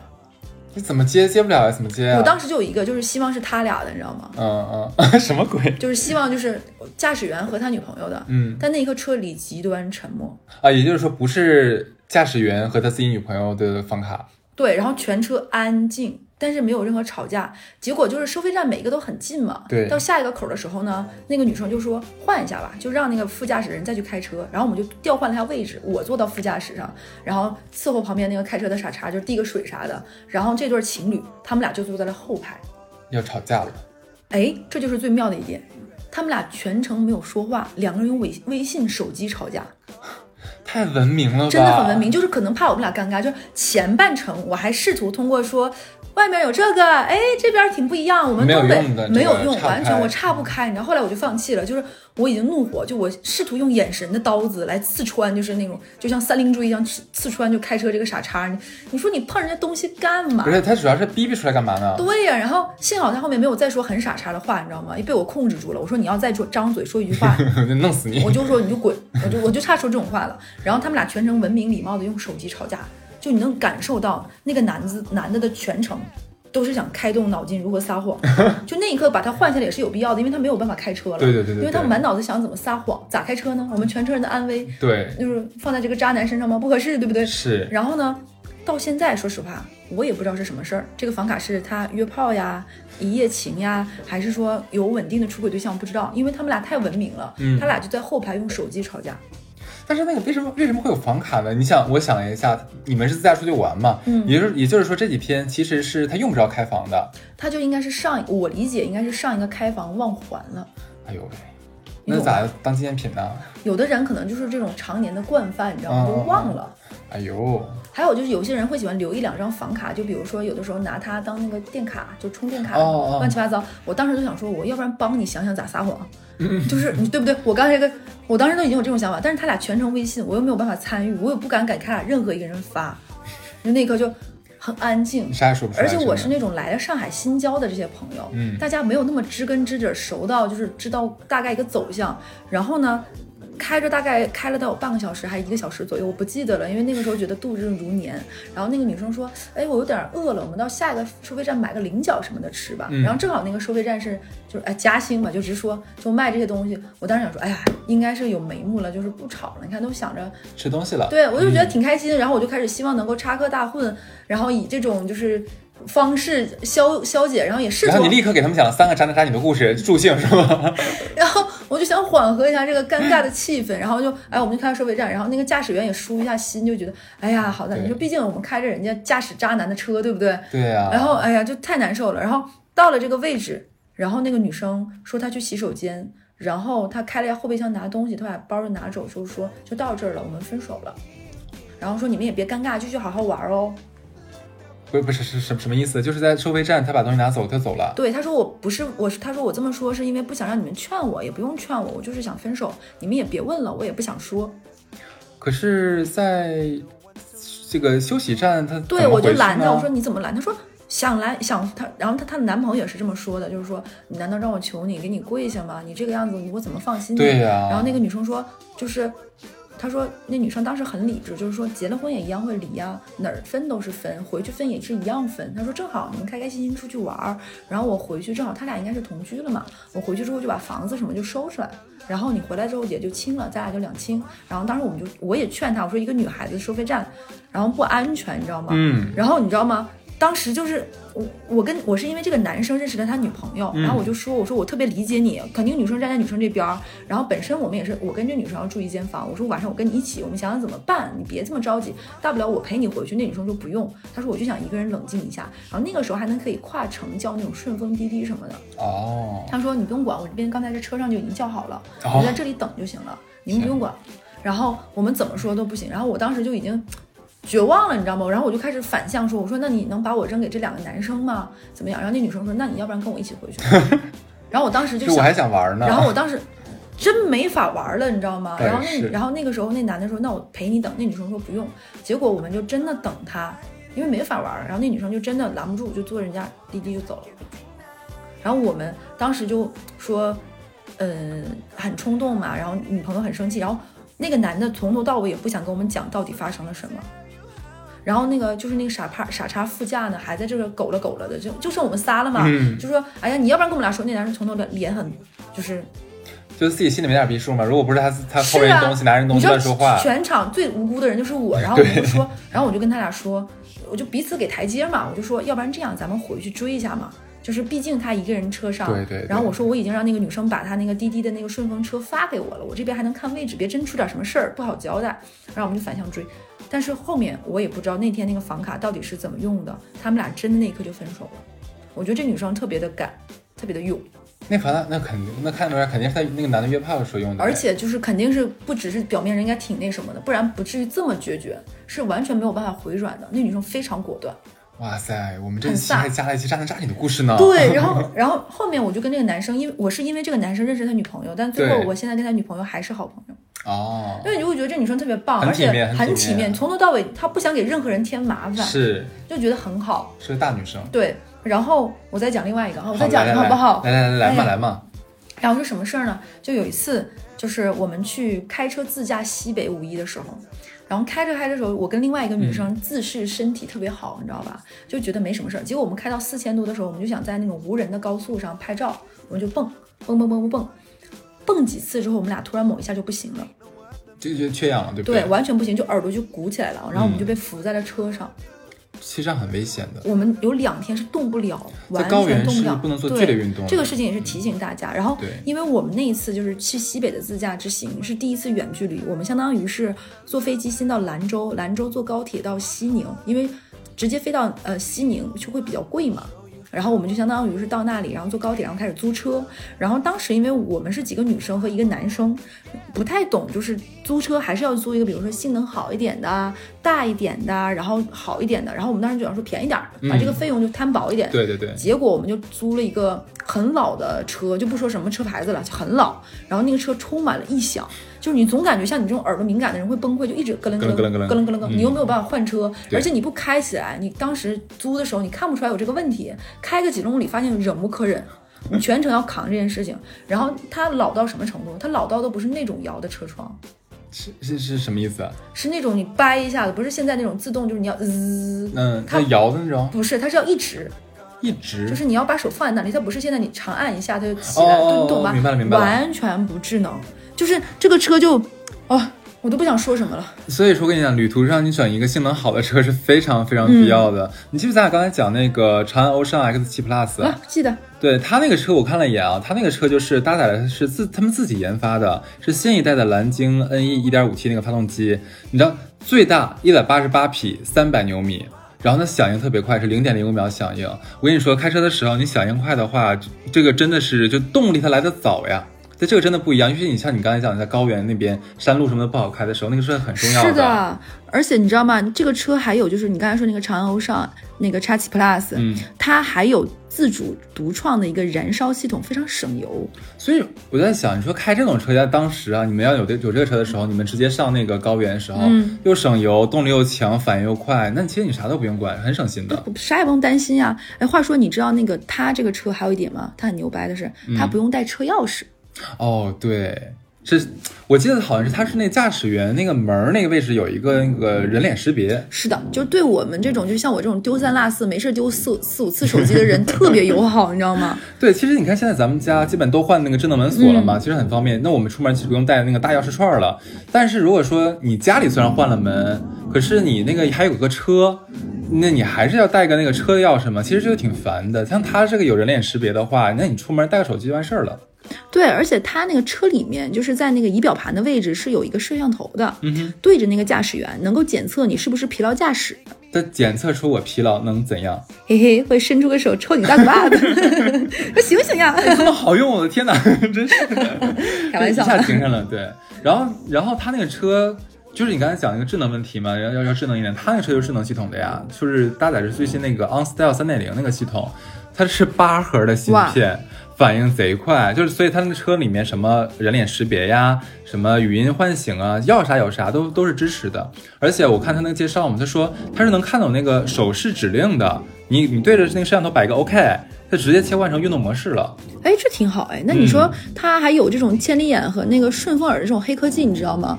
B: 你怎么接接不了呀？怎么接啊？
C: 我当时就有一个，就是希望是他俩的，你知道吗？
B: 嗯嗯， [LAUGHS] 什么鬼？
C: 就是希望就是驾驶员和他女朋友的。
B: 嗯
C: 但那一刻车里极端沉默，
B: 啊，也就是说不是驾驶员和他自己女朋友的房卡，
C: 对，然后全车安静。但是没有任何吵架，结果就是收费站每个都很近嘛。
B: 对
C: 到下一个口的时候呢，那个女生就说换一下吧，就让那个副驾驶人再去开车。然后我们就调换了一下位置，我坐到副驾驶上，然后伺候旁边那个开车的傻叉，就是递个水啥的。然后这对情侣，他们俩就坐在了后排。
B: 要吵架了。
C: 哎，这就是最妙的一点，他们俩全程没有说话，两个人用微微信手机吵架，
B: 太文明了吧？
C: 真的很文明。。就是可能怕我们俩尴尬，就是前半程我还试图通过说。外面有这个，哎，这边挺不一样。我们
B: 没有
C: 东北
B: 用的
C: 没有
B: 这个
C: 用，
B: 岔不
C: 完全
B: 开
C: 我岔不开。你知道，后来我就放弃了，就是我已经怒火，就我试图用眼神的刀子来刺穿，就是那种就像三棱锥一样刺刺穿，就开车这个傻叉。你你说你碰人家东西干嘛
B: 不？是，他主要是逼逼出来干嘛呢？
C: 对呀、然后幸好他后面没有再说很傻叉的话，你知道吗？也被我控制住了。我说你要再说张嘴说一句话，
B: 我就 [LAUGHS] 弄死你
C: 我！就说你就滚，我就我就差说这种话了。然后他们俩全程文明礼貌的用手机吵架，就你能感受到那个男子男的的全程都是想开动脑筋如何撒
B: [LAUGHS]
C: 谎，就那一刻把他换下来也是有必要的，因为他没有办法开车了。
B: 对对对对对
C: 因为他满脑子想怎么撒谎，咋开车呢？我们全车人的安危
B: 对，
C: 就是放在这个渣男身上吗？不合适，对不对？
B: 是
C: 然后呢，到现在说实话，我也不知道是什么事儿。这个房卡是他约炮呀、一夜情呀，还是说有稳定的出轨对象？不知道，因为他们俩太文明了，
B: 嗯
C: 他俩就在后排用手机吵架。
B: 但是那个为什么为什么会有房卡呢？你想，我想了一下，你们是自驾出去玩嘛？
C: 嗯
B: 也就是也就是说这几天其实是他用不着开房的。
C: 他就应该是上一，我理解应该是上一个开房忘还了。
B: 哎呦喂，
C: 你
B: 那
C: 懂
B: 咋当纪念品呢？
C: 有的人可能就是这种常年的惯犯，你知道
B: 嗯
C: 吗？就忘了。
B: 哎呦，
C: 还有就是有些人会喜欢留一两张房卡，就比如说有的时候拿它当那个电卡，就充电卡，
B: 哦哦
C: 乱七八糟。我当时就想说，我要不然帮你想想咋撒谎，就是你对不对？我刚才跟我当时都已经有这种想法，但是他俩全程微信，我又没有办法参与，我也不敢给他俩任何一个人发，就那一刻就很安静
B: 你。啥也说不出来。
C: 而且我是
B: 真的
C: 那种来了上海新交的这些朋友，
B: 嗯
C: 大家没有那么知根知底儿熟到就是知道大概一个走向。然后呢，开着大概开了得有半个小时还是一个小时左右，我不记得了，因为那个时候觉得度日如年。然后那个女生说：“哎，我有点饿了，我们到下一个收费站买个菱角什么的吃吧。
B: 嗯
C: 然后正好那个收费站是就是哎嘉兴嘛，就直说就卖这些东西。我当时想说，哎呀，应该是有眉目了，就是不吵了。你看都想着
B: 吃东西了。
C: 对，我
B: 嗯
C: 就觉得挺开心，然后我就开始希望能够插科打诨，然后以这种就是方式消消解，然后也试
B: 然
C: 图
B: 后，你立刻给他们讲了三个渣男渣女的故事助兴是吗？ [LAUGHS]
C: 然后我就想缓和一下这个尴尬的气氛，然后就哎，我们就开到收费站，然后那个驾驶员也舒一下心，就觉得哎呀，好在
B: 对
C: 你说，毕竟我们开着人家驾驶渣男的车，对不对？
B: 对啊，
C: 然后哎呀，就太难受了。然后到了这个位置，然后那个女生说她去洗手间，然后她开了一下后备箱拿东西，她把包就拿走，就说就到这儿了，我们分手了。然后说你们也别尴尬，继续好好玩哦。
B: 不不是是什什么意思？就是在收费站他把东西拿走，他走了。
C: 对，他说我不是我是，他说我这么说是因为不想让你们劝我，也不用劝我，我就是想分手，你们也别问了，我也不想说。
B: 可是，在这个休息站他
C: 对，
B: 怎么
C: 我就
B: 回去
C: 拦他，
B: 呢
C: 我说你怎么拦？他说想来想他，然后他她的男朋友也是这么说的，就是说你难道让我求你给你跪下吗？你这个样子我怎么放心你？
B: 对呀
C: 然后那个女生说就是。她说：“那女生当时很理智，就是说结了婚也一样会离啊，哪儿分都是分，回去分也是一样分。她说正好你们开开心心出去玩儿，然后我回去正好他俩应该是同居了嘛，我回去之后就把房子什么就收起来，然后你回来之后也就清了，咱俩就两清。然后当时我们就我也劝她，我说一个女孩子收费站，然后不安全，你知道吗？
B: 嗯，
C: 然后你知道吗？当时就是我，我跟我是因为这个男生认识了他女朋友，然后我就说，我说我特别理解你，肯定女生站在女生这边儿，然后本身我们也是，我跟这女生要住一间房，我说晚上我跟你一起，我们想想怎么办，你别这么着急，大不了我陪你回去。那女生说不用，她说我就想一个人冷静一下，然后那个时候还能可以跨城叫那种顺风滴滴什么的，
B: 哦，
C: 他说你不用管，我这边刚才这车上就已经叫好了，
B: 哦
C: 你在这里等就行了，你们不用管。然后我们怎么说都不行，然后我当时就已经绝望了，你知道吗？然后我就开始反向说，我说那你能把我扔给这两个男生吗？怎么样？然后那女生说那你要不然跟我一起回去吧。
B: [LAUGHS]
C: 然后我当时就
B: 就我
C: 想
B: 还想玩呢。
C: 然后我当时真没法玩了，你知道吗？
B: 对
C: 然后那
B: 是
C: 然后那个时候那男的说：“那我陪你等。”那女生说：“不用。”结果我们就真的等他，因为没法玩。然后那女生就真的拦不住，就坐人家滴滴就走了。然后我们当时就说，嗯，很冲动嘛。然后女朋友很生气，然后那个男的从头到尾也不想跟我们讲到底发生了什么。然后那个就是那个傻叉傻叉副驾呢，还在这个狗了狗了的，就就剩我们仨了嘛。
B: 嗯
C: 就说哎呀，你要不然跟我们俩说，那男生从头的脸很就是
B: 就自己心里没点逼数嘛。如果不是他他
C: 是
B: 后面
C: 啊
B: 东西拿人东
C: 你
B: 西
C: 知道
B: 乱说话，
C: 全场最无辜的人就是我。然后我就说，然后我就跟他俩说，我就彼此给台阶嘛，我就说，要不然这样，咱们回去追一下嘛。就是毕竟他一个人车上，
B: 对对对
C: 然后我说我已经让那个女生把她那个滴滴的那个顺风车发给我了，我这边还能看位置，别真出点什么事儿不好交代。然后我们就反向追，但是后面我也不知道那天那个房卡到底是怎么用的，他们俩真的那一刻就分手了。我觉得这女生特别的敢，特别的勇。
B: 那房子那肯定那看出来肯定是他那个男的约炮的时候用的呗。
C: 而且就是肯定是不只是表面人应该挺那什么的，不然不至于这么决绝，是完全没有办法回转的。那女生非常果断，
B: 哇塞，我们这
C: 很
B: 期
C: 飒
B: 还加了一期渣男渣女的故事呢。 [LAUGHS]
C: 对。然后，然后后面我就跟这个男生，因为我是因为这个男生认识他女朋友，但最后
B: 对
C: 我现在跟他女朋友还是好朋友，
B: 哦
C: 因，为你会觉得这女生特别棒，
B: 很
C: 而且
B: 体面很
C: 很
B: 体
C: 体
B: 面
C: 面，从头到尾她不想给任何人添麻烦，
B: 是
C: 就觉得很好。
B: 是个大女生。
C: 对，然后我再讲另外一个啊，我再
B: 好
C: 讲一
B: 来
C: 个
B: 来
C: 好不好？
B: 来来来来嘛
C: 哎
B: 来嘛，
C: 然后是什么事儿呢？就有一次，就是我们去开车自驾西北五一的时候，然后开着开着的时候，我跟另外一个女生自视身体特别好，你知道吧？就觉得没什么事儿。结果我们开到四千多的时候，我们就想在那种无人的高速上拍照，我们就蹦蹦蹦蹦蹦蹦，蹦几次之后，我们俩突然某一下就不行了。
B: 就就缺氧了，对不
C: 对，完全不行，就耳朵就鼓起来了，然后我们就被扶在了车上。
B: 其实这样很危险的。
C: 我们有两天是动不了，完
B: 高原
C: 全动
B: 是
C: 了，
B: 不能做
C: 对
B: 剧烈运动的
C: 这个事情也是提醒大家。然后
B: 对，
C: 因为我们那一次就是去西北的自驾之行，是第一次远距离，我们相当于是坐飞机先到兰州，兰州坐高铁到西宁，因为直接飞到呃西宁就会比较贵嘛。然后我们就相当于是到那里，然后坐高铁，然后开始租车。然后当时因为我们是几个女生和一个男生，不太懂，就是租车还是要租一个，比如说性能好一点的、大一点的，然后好一点的。然后我们当时就想说便宜点儿，把这个费用就摊薄一点。
B: 对对对，
C: 结果我们就租了一个很老的车，就不说什么车牌子了，就很老。然后那个车充满了异响，就是你总感觉像你这种耳朵敏感的人会崩溃，就一直咯楞
B: 咯楞
C: 咯楞
B: 咯楞
C: 咯楞
B: 咯
C: 咯
B: 楞嗯
C: 楞，你又没有办法换车，
B: 对
C: 而且你不开起来，你当时租的时候你看不出来有这个问题，开个几公里发现忍无可忍。你全程要扛这件事情。然后它老到什么程度？它老到都不是那种摇的车窗，
B: 是是是什么意思啊？
C: 是那种你掰一下子，不是现在那种自动，就是你要滋，
B: 嗯，
C: 它
B: 那摇的那种，
C: 不是，它是要一直，
B: 一直
C: 就是你要把手放在那里，它不是现在你长按一下它就起来，
B: 哦
C: 你懂吧？
B: 明白了明白了
C: 完全不智能，就是这个车就，哦，我都不想说什么了。
B: 所以说，跟你讲，旅途上你选一个性能好的车是非常非常必要的。你记不记得咱俩刚才讲那个长安欧尚 X 七 Plus？、
C: 啊，记得
B: 对它那个车，我看了一眼啊，它那个车就是搭载的是自他们自己研发的，是新一代的蓝鲸 NE 1.5T 那个发动机。你知道最大188匹，300牛米，然后它响应特别快，是0.05秒响应。我跟你说，开车的时候你响应快的话，这这个真的是就动力它来的早呀。但这个真的不一样，因为你像你刚才讲的，在高原那边山路什么的不好开的时候，那个是很重要
C: 是的，而且你知道吗？这个车还有就是你刚才说那个长安欧尚那个 X7 Plus，、
B: 嗯，
C: 它还有自主独创的一个燃烧系统，非常省油。
B: 所以我在想，你说开这种车，在当时啊，你们要有这有这个车的时候，你们直接上那个高原的时候，
C: 嗯
B: 又省油，动力又强，反应又快，那其实你啥都不用管，很省心的。
C: 不啥也不用担心啊！哎，话说，你知道那个它这个车还有一点吗？它很牛掰的是，它
B: 嗯
C: 不用带车钥匙。
B: 哦，对，是我记得好像是它是那驾驶员那个门儿那个位置有一个那个人脸识别，
C: 是的，就对我们这种，就像我这种丢三落四、没事丢四四五次手机
B: [LAUGHS]
C: 的人，特别友好，你知道吗？
B: 对，其实你看现在咱们家基本都换那个智能门锁了嘛，其实很方便。那我们出门其实不用带那个大钥匙串了。但是如果说你家里虽然换了门，可是你那个还有个车，那你还是要带个那个车的钥匙嘛，其实就挺烦的。像它这个有人脸识别的话，那你出门带个手机就完事儿了。
C: 对，而且它那个车里面，就是在那个仪表盘的位置是有一个摄像头的，
B: 嗯哼
C: 对着那个驾驶员，能够检测你是不是疲劳驾驶。
B: 它检测出我疲劳能怎样？
C: 嘿嘿，会伸出个手抽你大嘴巴
B: [LAUGHS]
C: 子， [LAUGHS] 说醒醒呀！
B: 这么好用，我的天哪， [LAUGHS] 真是的。
C: 开玩笑啊
B: 一下
C: 的。
B: 精神了，对。然后，然后他那个车，就是你刚才讲那个智能问题嘛，要要要智能一点。他那个车就是智能系统的呀，就是搭载着最新那个 OnStyle 三点零那个系统，它是八核的芯片，反应贼快。就是所以它那个车里面什么人脸识别呀，什么语音唤醒啊，要啥有啥都都是支持的。而且我看他那个介绍嘛，他说他是能看懂那个手势指令的，你你对着那个摄像头摆个 OK，它直接切换成运动模式了。
C: 哎，这挺好哎。那你
B: 嗯
C: 说它还有这种千里眼和那个顺风耳的这种黑科技，你知道吗？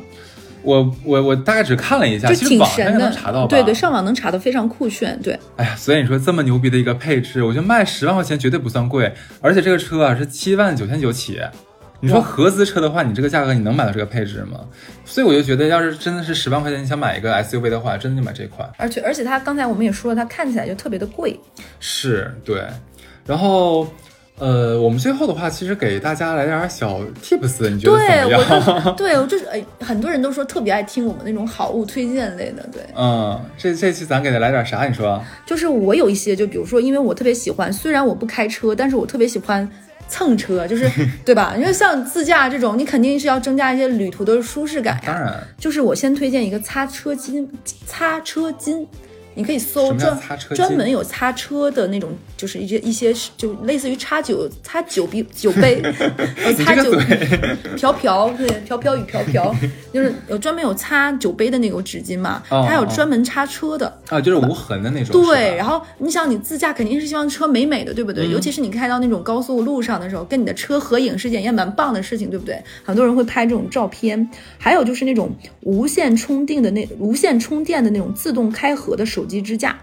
B: 我我我大概只看了一下，
C: 就
B: 其实
C: 挺
B: 网上
C: 神
B: 应该
C: 的
B: 能查到吧？
C: 对对，上网能查到，非常酷炫。对，
B: 哎呀，所以你说这么牛逼的一个配置，我觉得卖十万块钱绝对不算贵，而且这个车啊是七万九千九起。你说合资车的话，你这个价格你能买到这个配置吗？所以我就觉得，要是真的是十万块钱你想买一个 SUV 的话，真的就买这款。
C: 而且而且它刚才我们也说了，它看起来就特别的贵。
B: 是对，然后呃，我们最后的话，其实给大家来点儿小 tips，你觉得怎么
C: 对，我
B: 样？
C: 就对我就是哎，很多人都说特别爱听我们那种好物推荐类的。对，
B: [LAUGHS] 嗯，这这期咱给他来点啥？你说？
C: 就是我有一些，就比如说，因为我特别喜欢，虽然我不开车，但是我特别喜欢。蹭
B: [LAUGHS]
C: 车就是，对吧？因为像自驾这种，你肯定是要增加一些旅途的舒适感呀
B: 当。然，
C: 就是我先推荐一个擦车巾，擦车巾，你可以搜
B: 什么叫
C: 专
B: 擦车巾
C: 专门有擦车的那种，就是一些一些就类似于擦酒、擦酒杯、酒
B: [LAUGHS]
C: 杯，呃，
B: 你
C: 擦
B: 这个
C: 酒
B: 嘴，
C: 瓢瓢，对，瓢瓢与瓢瓢，就是有专门有擦酒杯的那种纸巾嘛，
B: 哦
C: 它有
B: 哦
C: 专门擦车的。
B: 啊，就是无痕的那种。
C: 呃对，
B: 是吧
C: 然后你想，你自驾肯定是希望车美美的，对不对？
B: 嗯
C: 尤其是你开到那种高速路上的时候，跟你的车合影是件也蛮棒的事情，对不对？很多人会拍这种照片。还有就是那种无线充电的那无线充电的那种自动开合的手机支架，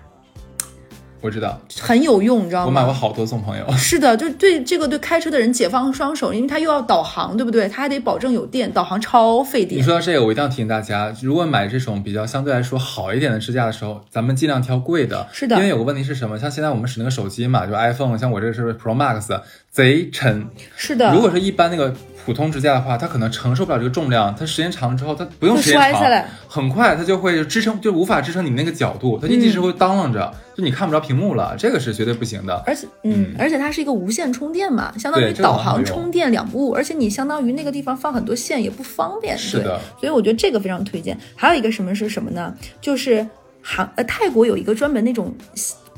B: 我知道，
C: 很有用，你知道
B: 我买过
C: 吗？
B: 好多送朋友。
C: 是的，就是对这个对开车的人解放双手，因为他又要导航，对不对？他还得保证有电，导航超费
B: [LAUGHS] 你
C: 电。
B: 说到这个，我一定要提醒大家，如果买这种比较相对来说好一点的支架的时候，咱们尽量挑贵的。
C: 是的
B: 因为有个问题是什么？像现在我们使那个手机嘛，就 iPhone，像我这个是 Pro Max，贼沉。
C: 是的，
B: 如果是一般那个普通支架的话，它可能承受不了这个重量，它时间长了之后，它不用
C: 会
B: 时间
C: 摔
B: 长
C: 下来，
B: 很快它就会支撑，就无法支撑你那个角度，它就
C: 嗯
B: 一直会当啷着，就你看不着屏幕了，这个是绝对不行的。
C: 而且，嗯，而且它是一个无线充电嘛，相当
B: 对
C: 于
B: 这个
C: 导
B: 很好
C: 航
B: 用
C: 充电两不误，而且你相当于那个地方放很多线也不方便，
B: 是
C: 对
B: 的，
C: 所以我觉得这个非常推荐。还有一个什么是什么呢？就是韩呃泰国有一个专门那种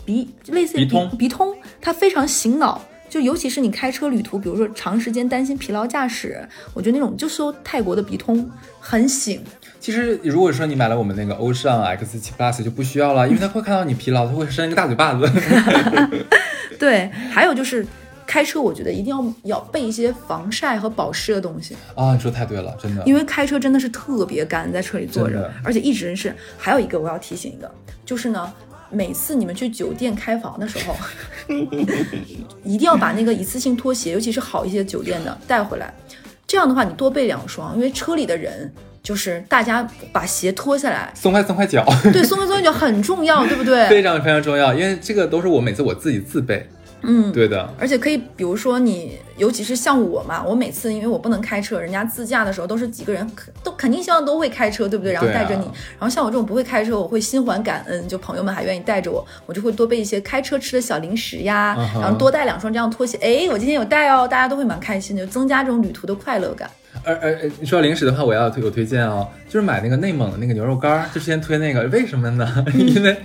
C: 鼻类似于
B: 鼻通
C: 鼻通，它非常醒脑。就尤其是你开车旅途，比如说长时间担心疲劳驾驶，我觉得那种就搜泰国的鼻通很醒，
B: 其实如果说你买了我们那个欧尚 X 七 Plus 就不需要了，因为它会看到你疲劳，它会伸一个大嘴巴子。
C: 对，还有就是开车我觉得一定要要备一些防晒和保湿的东西，
B: [LAUGHS] 啊，你说太对了，真的，
C: 因为开车真的是特别干，在车里坐
B: 真
C: 着
B: 的，
C: 而且一直是。还有一个我要提醒一个，就是呢，每次你们去酒店开房的时候， [LAUGHS] 一定要把那个一次性拖鞋，尤其是好一些酒店的带回来。这样的话，你多备两双，因为车里的人就是大家把鞋脱下来，
B: 松快松快脚，
C: 对，松开松开脚很重要，对不
B: [LAUGHS]
C: 对？
B: 非常非常重要，因为这个都是我每次我自己自备。嗯，对的，
C: 而且可以，比如说你，尤其是像我嘛，我每次因为我不能开车，人家自驾的时候都是几个人，可都肯定希望都会开车，对不对？然后
B: 对啊
C: 带着你，然后像我这种不会开车，我会心怀感恩，就朋友们还愿意带着我，我就会多备一些开车吃的小零食呀，
B: 嗯哼
C: 然后多带两双这样拖鞋。哎，我今天有带哦，大家都会蛮开心的，就增加这种旅途的快乐感。
B: 而而而你说到零食的话，我要推有推荐哦，就是买那个内蒙的那个牛肉干儿，就之前推那个，为什么呢？ [LAUGHS] 因为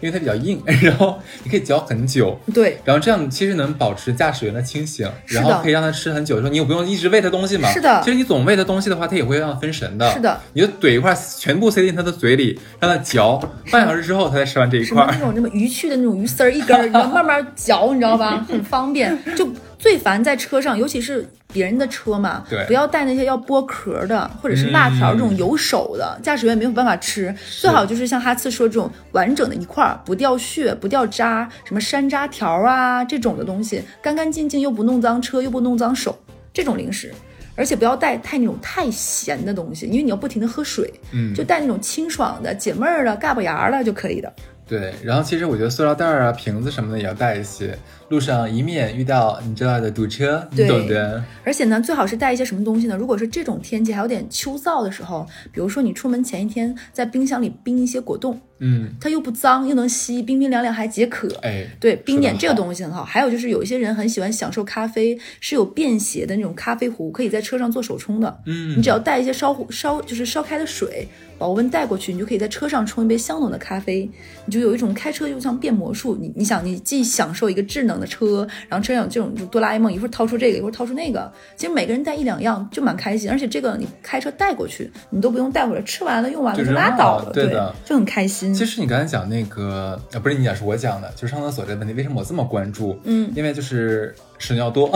B: 因为它比较硬，然后你可以嚼很久，
C: 对，
B: 然后这样其实能保持驾驶员的清醒，
C: 是的
B: 然后可以让他吃很久的时候，你又不用一直喂他东西嘛。
C: 是的
B: 其实你总喂他东西的话，他也会让他分神的。
C: 是的，
B: 你就怼一块，全部塞进他的嘴里，让他嚼，半小时之后他才吃完这一
C: 什么
B: 块儿。
C: 那种什么鱼去的那种鱼丝儿，一根儿，
B: [LAUGHS]
C: 你知道慢慢嚼，你知道吧？很方便。就最烦在车上，尤其是别人的车嘛，
B: 对嗯
C: 不要带那些要剥壳的或者是辣条这种有手的，驾驶员没有办法吃。最好就是像哈次说这种完整的一块儿，不掉屑、不掉渣，什么山楂条啊这种的东西，干干净净又不弄脏车又不弄脏手，这种零食。而且不要带太那种太咸的东西，因为你要不停的喝水，
B: 嗯
C: 就带那种清爽的、解闷儿的、嘎巴牙儿的就可以的。
B: 对，然后其实我觉得塑料袋儿啊、瓶子什么的也要带一些，路上以免遇到你知道的堵车，你
C: 对
B: 懂的。
C: 而且呢，最好是带一些什么东西呢？如果是这种天气还有点秋燥的时候，比如说你出门前一天在冰箱里冰一些果冻，
B: 嗯，
C: 它又不脏又能吸，冰冰凉凉还解渴。
B: 哎，
C: 对，冰点
B: 好
C: 这个东西很好。还有就是有一些人很喜欢享受咖啡，是有便携的那种咖啡壶，可以在车上做手冲的。
B: 嗯
C: 你只要带一些烧壶烧就是烧开的水，保温带过去，你就可以在车上冲一杯香浓的咖啡，你就有一种开车就像变魔术。你你想，你既享受一个智能的车，然后车上有这种就哆啦 A 梦，一会儿掏出这个，一会儿掏出那个，其实每个人带一两样就蛮开心。而且这个你开车带过去，你都不用带回来，吃完了用完了
B: 就
C: 就
B: 扔
C: 拉
B: 了
C: 倒了，
B: 对的
C: 就很开心。
B: 其实你刚才讲那个，呃，不是你讲，是我讲的，就是上厕所这个问题，为什么我这么关注？
C: 嗯，
B: 因为就是屎尿多。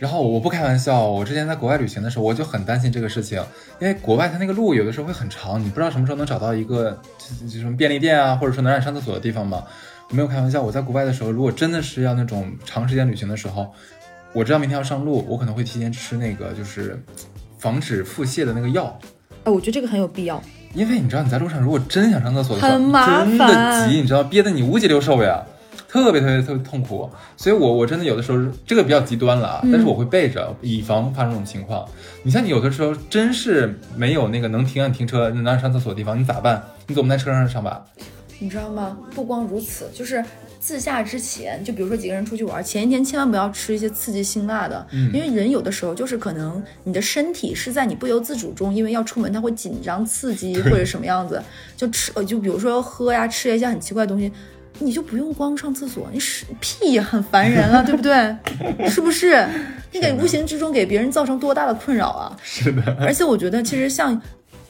B: 然后我不开玩笑，我之前在国外旅行的时候，我就很担心这个事情，因为国外它那个路有的时候会很长，你不知道什么时候能找到一个就就什么便利店啊，或者说能让你上厕所的地方嘛。我没有开玩笑，我在国外的时候，如果真的是要那种长时间旅行的时候，我知道明天要上路，我可能会提前吃那个就是防止腹泻的那个药，
C: 哎，我觉得这个很有必要。
B: 因为你知道你在路上如果真想上厕所的时候，
C: 很麻
B: 真的
C: 烦
B: 急，你知道憋得你五脊六兽呀，特别特别特别痛苦。所以我我真的有的时候这个比较极端了啊，
C: 嗯
B: 但是我会备着，以防发生这种情况。你像你有的时候真是没有那个能停啊让你停车、能让你上厕所的地方，你咋办？你总不能在车上上吧？
C: 你知道吗？不光如此，就是自驾之前，就比如说几个人出去玩，前一天千万不要吃一些刺激辛辣的，因为人有的时候就是可能你的身体是在你不由自主中，因为要出门，它会紧张、刺激或者什么样子，就吃呃，就比如说喝呀、吃一些很奇怪的东西。你就不用光上厕所，你屎屁也很烦人啊，对不 [LAUGHS] 对？是不是？你给无形之中给别人造成多大的困扰啊！
B: 是的，
C: 而且我觉得，其实像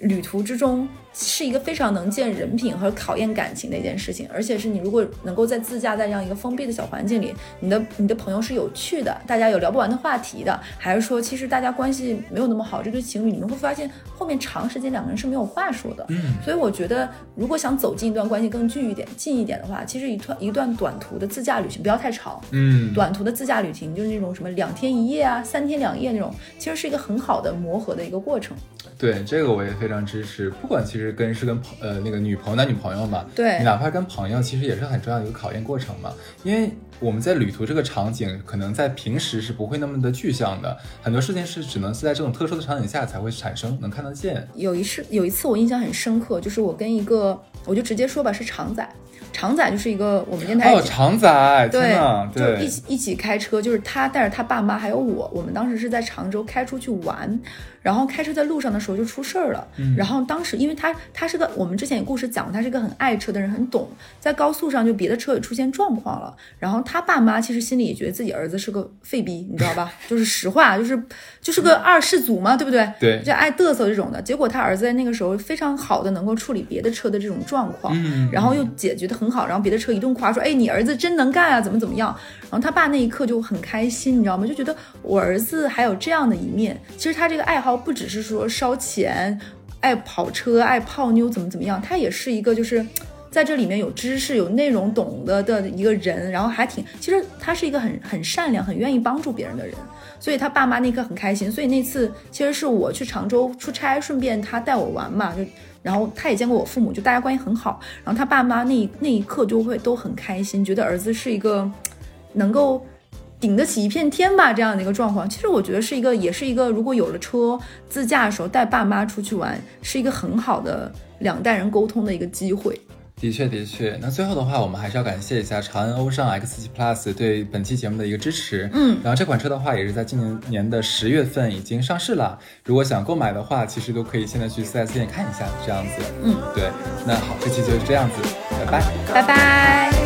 C: 旅途之中是一个非常能见人品和考验感情的一件事情，而且是你如果能够在自驾在这样一个封闭的小环境里，你的你的朋友是有趣的，大家有聊不完的话题的，还是说其实大家关系没有那么好，这对情侣你们会发现后面长时间两个人是没有话说的。
B: 嗯，
C: 所以我觉得，如果想走进一段关系更近一点、近一点的话，其实一段一段短途的自驾旅行不要太长，
B: 嗯，
C: 短途的自驾旅行，就是那种什么两天一夜啊、三天两夜那种，其实是一个很好的磨合的一个过程。
B: 对，这个我也非常支持。不管其实跟是跟朋呃那个女朋友男女朋友嘛，
C: 对
B: 你哪怕跟朋友，其实也是很重要的一个考验过程嘛。因为我们在旅途这个场景，可能在平时是不会那么的具象的，很多事情是只能是在这种特殊的场景下才会产生，能看得见。
C: 有一次，有一次我印象很深刻，就是我跟一个，我就直接说吧，是常仔，常仔就是一个我们电台
B: 哦，常仔，天
C: 对
B: 呐，，
C: 就一
B: 对，
C: 起一起开车，就是他带着他爸妈还有我，我们当时是在常州开出去玩，然后开车在路上的时候就出事儿了。
B: 嗯
C: 然后当时因为他他是个我们之前有故事讲过，他是个很爱车的人，很懂，在高速上就别的车也出现状况了，然后他爸妈其实心里也觉得自己儿子是个废逼，你知道吧？ [LAUGHS] 就是实话，就是就是个二世祖嘛，对不对？
B: 对
C: 就爱嘚瑟这种的。结果他儿子在那个时候非常好的能够处理别的车的这种状况，
B: 嗯
C: 然后又解决的很好，然后别的车一顿夸说，哎，你儿子真能干啊，怎么怎么样，然后他爸那一刻就很开心，你知道吗？就觉得我儿子还有这样的一面。其实他这个爱好不只是说烧钱、爱跑车、爱泡妞怎么怎么样，他也是一个就是。在这里面有知识、有内容、懂得的一个人，然后还挺，其实他是一个很很善良、很愿意帮助别人的人，所以他爸妈那一刻很开心。所以那次其实是我去常州出差，顺便他带我玩嘛，就然后他也见过我父母，就大家关系很好。然后他爸妈那一那一刻就会都很开心，觉得儿子是一个能够顶得起一片天吧这样的一个状况。其实我觉得是一个，也是一个，如果有了车自驾的时候带爸妈出去玩，是一个很好的两代人沟通的一个机会。
B: 的确，的确。那最后的话，我们还是要感谢一下长安欧尚 X7 Plus 对本期节目的一个支持。
C: 嗯
B: 然后这款车的话，也是在今年年的十月份已经上市了。如果想购买的话，其实都可以现在去 4S 店看一下，这样子。
C: 嗯，
B: 对。那好，这期就是这样子，拜拜。
C: 拜拜。
A: oh, oh.